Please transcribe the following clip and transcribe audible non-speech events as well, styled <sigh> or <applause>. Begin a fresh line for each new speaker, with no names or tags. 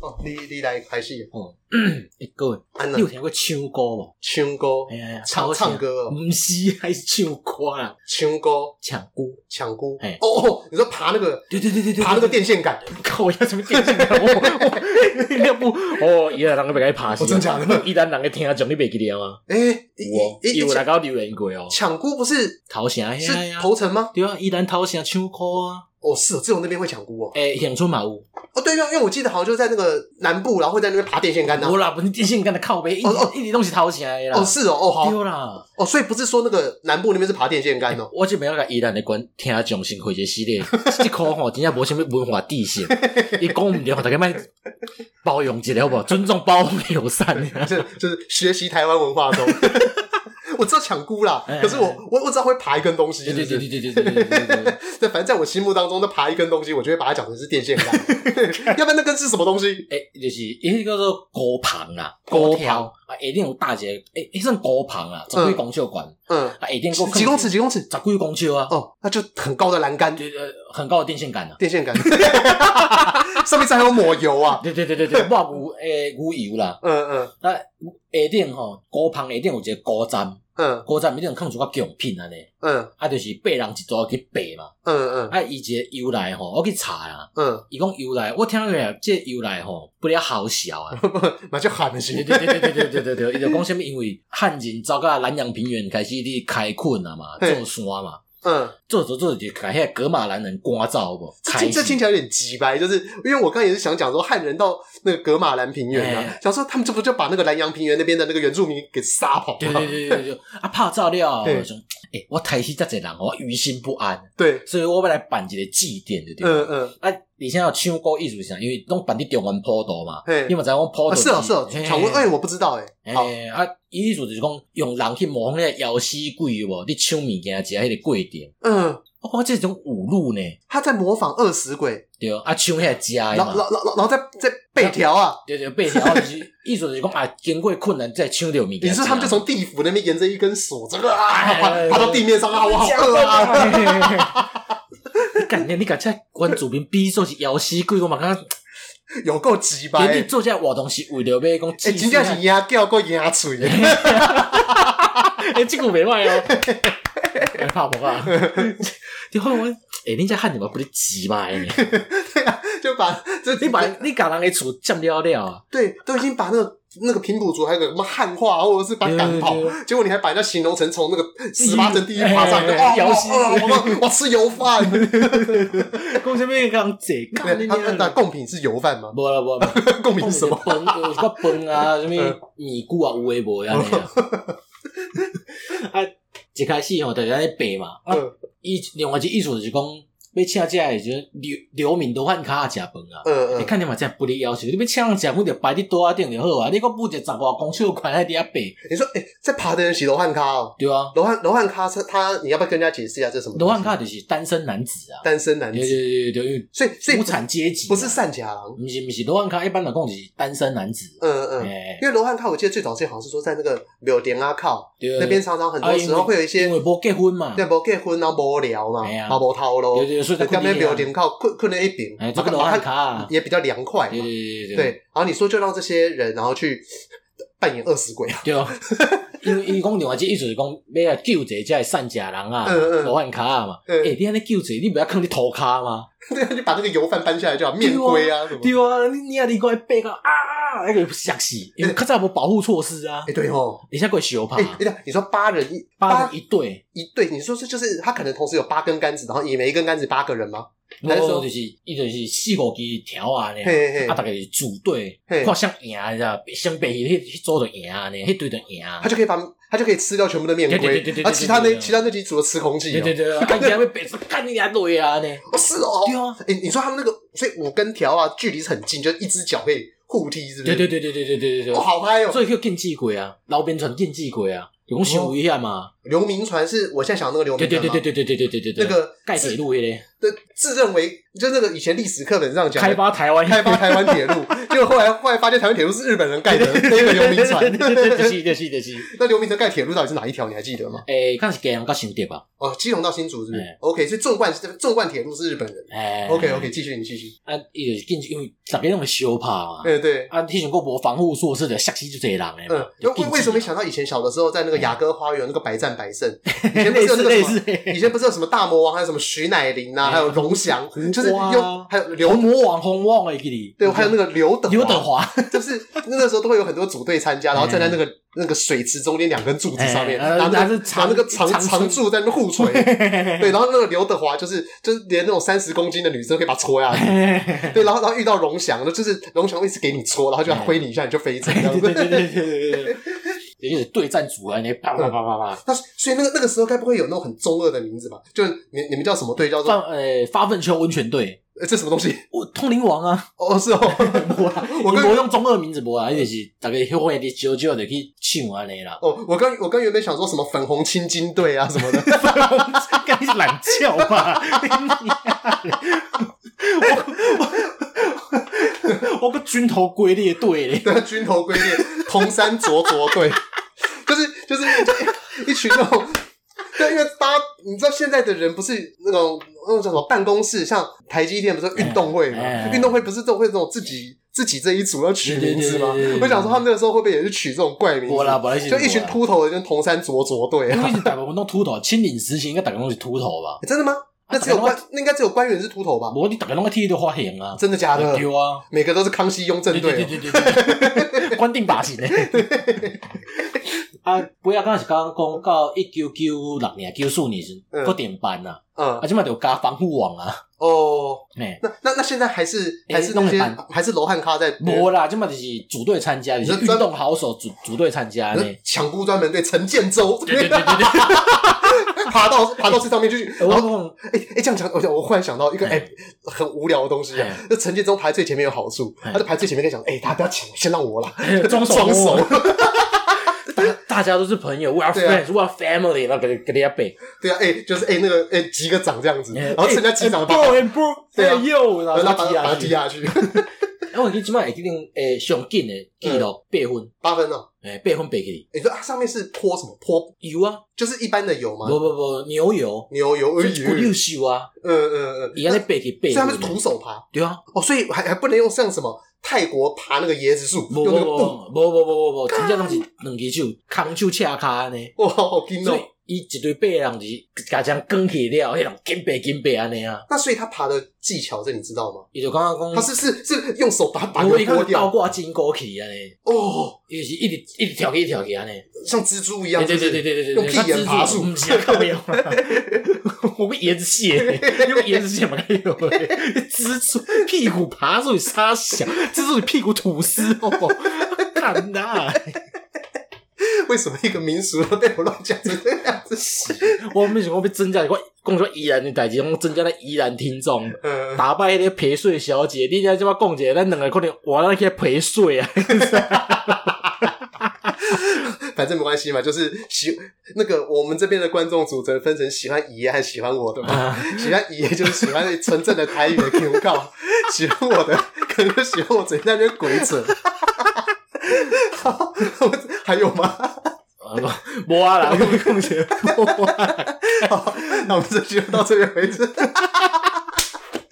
哦你你来开始，
哦，一个月，
安
你有
那
听过唱歌无？
唱歌
哎呀，
唱唱歌哦，
毋是，还是唱歌啦，
唱歌
抢姑。
抢姑
哎
哦哦，你说爬那个
对对对对对，
爬那个电线杆，
靠呀，什么电信啊？我我那不， <laughs> 哦，伊个人个袂该拍死，
哦真假的
伊人人个听讲你袂记得吗？
哎，一
有哦，
一一
伊
一
有来搞留言过哦，
抢姑不是
头城
是
遐哎呀，
头城吗？
对啊，伊人头城唱歌啊，
哦，是哦，志荣那边会抢姑哦。
诶，乡村嘛有，
哦，对啊，因为我记得好像就在那个南部，然后会在那边爬电线杆呐。
无啦，不是电信干的靠背，一直
哦哦
一直拢是头城的啦
哦，，是哦，哦好，
对啦，
哦，所以不是说那个南部那边是爬电线杆哦，
哎我这边要甲伊人的观听众先开一个系列， <laughs> 即科吼真正无啥物文化底线，伊讲毋对，大家莫包容一下好无？尊重包容友善。
这就是学习台湾文化中。 <laughs> 我知道抢姑啦，
哎哎
可是我我我知道会爬一根东西，
<laughs> 对
是不
对对
是？
对对对对对对对。
<laughs> 这反正在我心目当中，那爬一根东西，我就会把它讲成是电
<laughs>
线杆，要不然那根是什么东西？
诶、哎就是伊迄叫做高旁啦，
高
高
条
条啊，下顶有搭一个，诶、迄算高旁啦，十
嗯
几公尺悬，啊
嗯，
下
几
顶个
几公尺？，几公尺？
十几公尺啊，
哦，那就很高的栏杆，
对呃，很高的电线杆啊。
电线杆， <laughs> 上面才有抹油啊。
<laughs> 对对对对对，抹牛诶牛呃油啦，
嗯嗯
啊下顶吼高旁下顶有一个高站，
嗯
高站一定有放一寡贡品安尼，
嗯
啊就是八人一组去爬嘛，
嗯嗯
啊伊一个由来吼，我去查啦，
嗯，
伊讲由来，我听起来这由来吼不了好笑啊。
那就喊的
对
是，
对对对对对对对，伊就讲啥物，因为汉人走到南洋平原开始伫开垦啊嘛，
嘿
做山嘛，
嗯。
做做做就甲迄个格马兰人赶走有无，
这听这听起来有点急白，就是因为我刚才也是想讲说汉人到那个格马兰平原啊
哎，
想说他们这不就把那个南洋平原那边的那个原住民给杀跑
对
了吗？
对对对对，啊拍照了，
嘿
我想，诶，我开始遮侪人，我于心不安，
对，
所以我要来办一个祭典，对
嗯
不对？
嗯，
啊，而且要唱歌艺术上，因为拢办伫中原普渡嘛，
嘿
你，嘛知影我普
啊
渡
是哦是哦，
嘿
闯过哎，我不知道哎，好，
诶，啊，伊意思就是讲用人去模仿迄个妖死鬼有无，你抢物件食迄个过程，
嗯，
我讲这种侮辱呢，
他在模仿饿死鬼，
对，啊抢迄个食的
然后然
嘛。
后然后然后再再背条啊，
对对，背条就是 <laughs> 意思就是讲啊，经过困难再抢到物件。啊
你说他们就从地府那边沿着一根索这个啊
哎
爬爬到地面上啊，我好饿啊，
啊！ <laughs> 你感觉你感觉关主编逼做是妖死鬼，我嘛感觉，
有够急 <laughs> 白，
给你
哎，
做这个活动是为了要讲啊祭
真
祀， <laughs>
正是牙掉过牙嘴，
哎，这个袂歹哦。 <laughs> 哎怕不怕？ <laughs> 你看我，哎，恁这汉人嘛不得急嘛？
<laughs> 就把这
你把你把人的厝占了了啊！
对，都已经把那个那个平埔族还有个什么汉化，或者是把他赶跑
对对，
结果你还把人家形容成从那个十八层地狱爬上来，
哎
哦，
摇
我
旗
饿，我饿我吃油饭，
讲什么讲这？干
对
你
他们那
娘！
贡品是油饭吗？
无啦无啦，
贡品是什么？
饭有一个饭啊，什物米糊啊，有诶无诶安尼啊。啊，一开始吼，大家咧白嘛，啊，
嗯
伊另外一个意思就是讲，要请这个就是流流民都喊卡食饭啊。
嗯
你
嗯，
看你嘛，这不哩要求，你要请人食饭就摆伫桌仔顶就好啊。你个不一个十外公尺宽喺底下白，
你说哎，在爬的人洗罗汉咖哦，
对啊。
罗汉罗汉咖是他，你要不要跟人家解释一下这是什么东
罗
西？
汉卡就是单身男子啊，
单身男
对
子
对，对对对，因
所以所
为
以
无产阶级啊
不是，善假郎，
毋是毋是，罗汉卡一般来讲是单身男子。
嗯嗯。
哎，
因为罗汉咖，我记得最早是好像是说在那个柳田阿靠
对啊
那边，常常很多时候会有一些
因为无结婚嘛，
对无结婚，啊然后无聊嘛，
哎呀
然后无头路
对，对，所以
就
才
在
困
那边
你
表
啊。
顶靠困困在一边，
哎，
然
这
后
个罗汉
它
卡啊，
也比较凉快
对
嘛。
对对
对，然后你说就让这些人，然后去扮演饿死鬼啊， <laughs>
对哦。 <laughs> 因为伊讲另外一意思是讲，要来救济这些善食人啊
嗯嗯，
罗汉卡啊嘛。
嗯
诶，你安尼救济，你不要坑你涂骹吗？
对啊，就把那个油饭搬下来就好，面龟啊什么。
哦对啊，你你啊，你讲背到啊啊，那个吓死，因为较早无保护措施啊
哎，，对哦，
你现在过相拍
哎，，哎呀，你说八人一
八人一对，
一对，你说这就是他可能同时有八根杆子，然后也每一根杆子八个人吗？还
然
是
后
说
就是伊就是四五支条啊呢。
嘿嘿
啊，
嘿，
大概是组队，
嘿
看谁赢，你知道？先被迄迄组就赢啊呢，迄队就赢。
他就可以把他就可以吃掉全部的面
对对
龟
对对对，对
然后其他
对
那
对
其他那几组的吃空气
对对
哦。
<laughs> 对，啊，你还会被干你啊累啊呢？
哦，是哦
对，啊，
哎，你说他们那个所以五根条啊，距离是很近，就一只脚可以互踢，是不
对
是？
对对对对对对对
哦，
对，
好拍哦。
所以叫禁忌鬼啊，老边传禁忌鬼啊，有讲伤危险嘛？
刘铭传是我现在想的那个刘
对
铭传
对对
吗
对对对对对对对，
哦那个
盖铁路迄个，
的自认为就那个以前历史课本上讲的
开发台湾，
开发台湾铁
<laughs>
路，结果后来后来发现台湾铁路是日本人盖的，那个刘
<laughs>
铭
对对对对
传。
是对是对是。
<laughs> 那刘铭传盖铁路到底是哪一条？你还记得吗？
诶，敢是给人到新店吧？
哦，基隆到新竹是不是
哎
？OK，是纵贯纵贯铁路是日本人。
诶
OK OK，继续你继续。
啊，伊就是进去，因为逐个拢会相拍嘛。
对对，
啊，迄阵个无防护措施的，吓死就侪人诶嘛
嗯。，那
就禁啊
为为什
止
么没想到以前小的时候在那个雅歌花园那个百战百
<laughs>
胜？以前不是有
类
那
似
个
<laughs> 类
什么？
似？
以前不是有什么大魔王，还有什么徐乃麟啊，
哎
还有龙翔，就是
瓜啊
用还有
红
刘
魔王红王诶，记哩。
对，还有那个刘德
刘德华，
<laughs> 就是那个时候都会有很多组队参加，然后站在那个那个水池中间两根柱子上面，
哎呃
拿那
拿
个
着
拿
长
那个长
长
长
柱
柱在那边互锤，对，然后那个刘德华就是就是连那种三十公斤的女生可以把他戳下去，对，然后然后遇到龙翔，就是龙翔会一直给你戳，然后就要挥你一下你就飞走这样
哎对对
<laughs>
对
子。
对对对对对， <laughs> 就是对战组啊，你啪啪啪啪啪，
那所以那个那个时候该不会有那种很中二的名字吧？就你你们叫什么队？叫做
放呃发粪球温泉队，
呃这什么东西？ <laughs>
我通灵王 <laughs> 啊，
哦，是哦， <laughs>
无啦，
我
伊
跟
无用中二名字无啦，伊就是逐个迄块的少少就去唱安尼 <laughs> 啦。
哦，我刚我刚原本想说什么粉红青筋队啊什么的，
干你懒觉
啊 <laughs>
吧！我我我个军头龟裂队嘞，
对，军头龟裂，铜山卓卓队， <laughs> 就是就是一一群那种。对，因为大家你知道现在的人不是那种那种叫什么办公室，像台积电不是有运动会嘛？
哎哎哎
运动会不是都会那种自己自己这一组要取名字吗
对对对对？对
我想说他们那个时候会不会也是取这种怪名
无啦，
字？
无啦，那
就一群
是无啦，
秃头的，跟铜山卓卓队啊、
因为是大部分都秃头，清领实行应该大家拢是秃头吧？
哎 <laughs> 真的吗？那只有
<laughs>
官，那应该只有官员是秃头吧？
无你大家拢个剃到发型啊，
真的假的？
对啊，
每个都是康熙雍正
对对
队
对
哦，
对对对，关定把型诶。啊，不要刚是刚刚讲到一九九六年、九四年时，
嗯
搁电班呐，
嗯
啊，即嘛就加防护网啊，
哦，
诶，
那那那现在还是还是那些
哎弄得板
还是罗汉咖在
无啦，即嘛就是组队参加，就是
你
运
说专
动好手组组队参加呢。
抢孤呃专门队陈建州，
欸对对对对对，
<laughs> 爬到爬到最上面去。
我
然后
讲
哎哎，这样讲，我想我忽然想到一个哎、很无聊的东西啊
哎。
那陈建州排最前面有好处，
哎
他就排最前面跟你讲，哎，大家不要抢，先让我啦，
哎
<laughs>
装手
装熟。
大大家都是朋友，we are
对啊
friends，we are family，那给给你背，
对啊，哎，就是哎那个哎击个掌这样子，然后
哎
趁他击掌把他，
不不，
对啊
哎呦，然
然
后
后他把
踢
他把
下
他踢
去，
下去，
啊，我记即摆会记定诶上紧诶记录八分，
八分了。
诶八分八去
你说啊，上面是泼什么泼？
油啊，
就是一般的油吗？
无无无牛油，
牛油而已。
骨
嗯
六秀啊，
嗯嗯，
伊安尼爬去
所以
八
他们
分
是徒手爬
对啊，
哦，所以还还不能用像什么泰国爬那个椰子树，
无无
用那个布。
无无无无无，真正拢是两只手空手赤骹安尼，
<laughs> 哇，好拼
所
哦
以！伊一对八人就是甲将卷起了，迄种紧爬紧爬安尼啊，
那所以他爬的技巧，这你知道吗？
伊就感觉讲
他，是是是用手把把
因
油
为嗯伊看
拨
是倒
掉
挂金箍去安尼，
哦，
伊就是一直一直跳起一直跳起安尼。
像蜘蛛一
对
样，
对
是
对
不
对
是
对对对，
用屁眼爬树
不是啊靠腰， <laughs> 我个椰子蟹，用椰子蟹嘛，哎呦喂，蜘蛛屁股爬树，沙小，蜘蛛你屁股吐丝哦，看呐，
为什么一个民俗都被我乱讲成这样子？
<laughs> 我没想过被增加，我讲说宜兰的代志，我增加了宜兰听众。
呃，
打败迄个陪睡小姐，你今即马讲者，咱两个可能活到去陪睡啊！
反正没关系嘛，就是喜那个我们这边的观众组成分成喜欢爷和喜欢我的嘛。 <laughs> 喜欢爷就是喜欢纯正的台语的 Q 告，喜欢我的可能就喜欢我嘴在那边鬼扯。 <laughs> 好，还有吗？
<laughs> 啊无无啊啦，我讲者，无啊啦
好，那我们这期就到这边为止。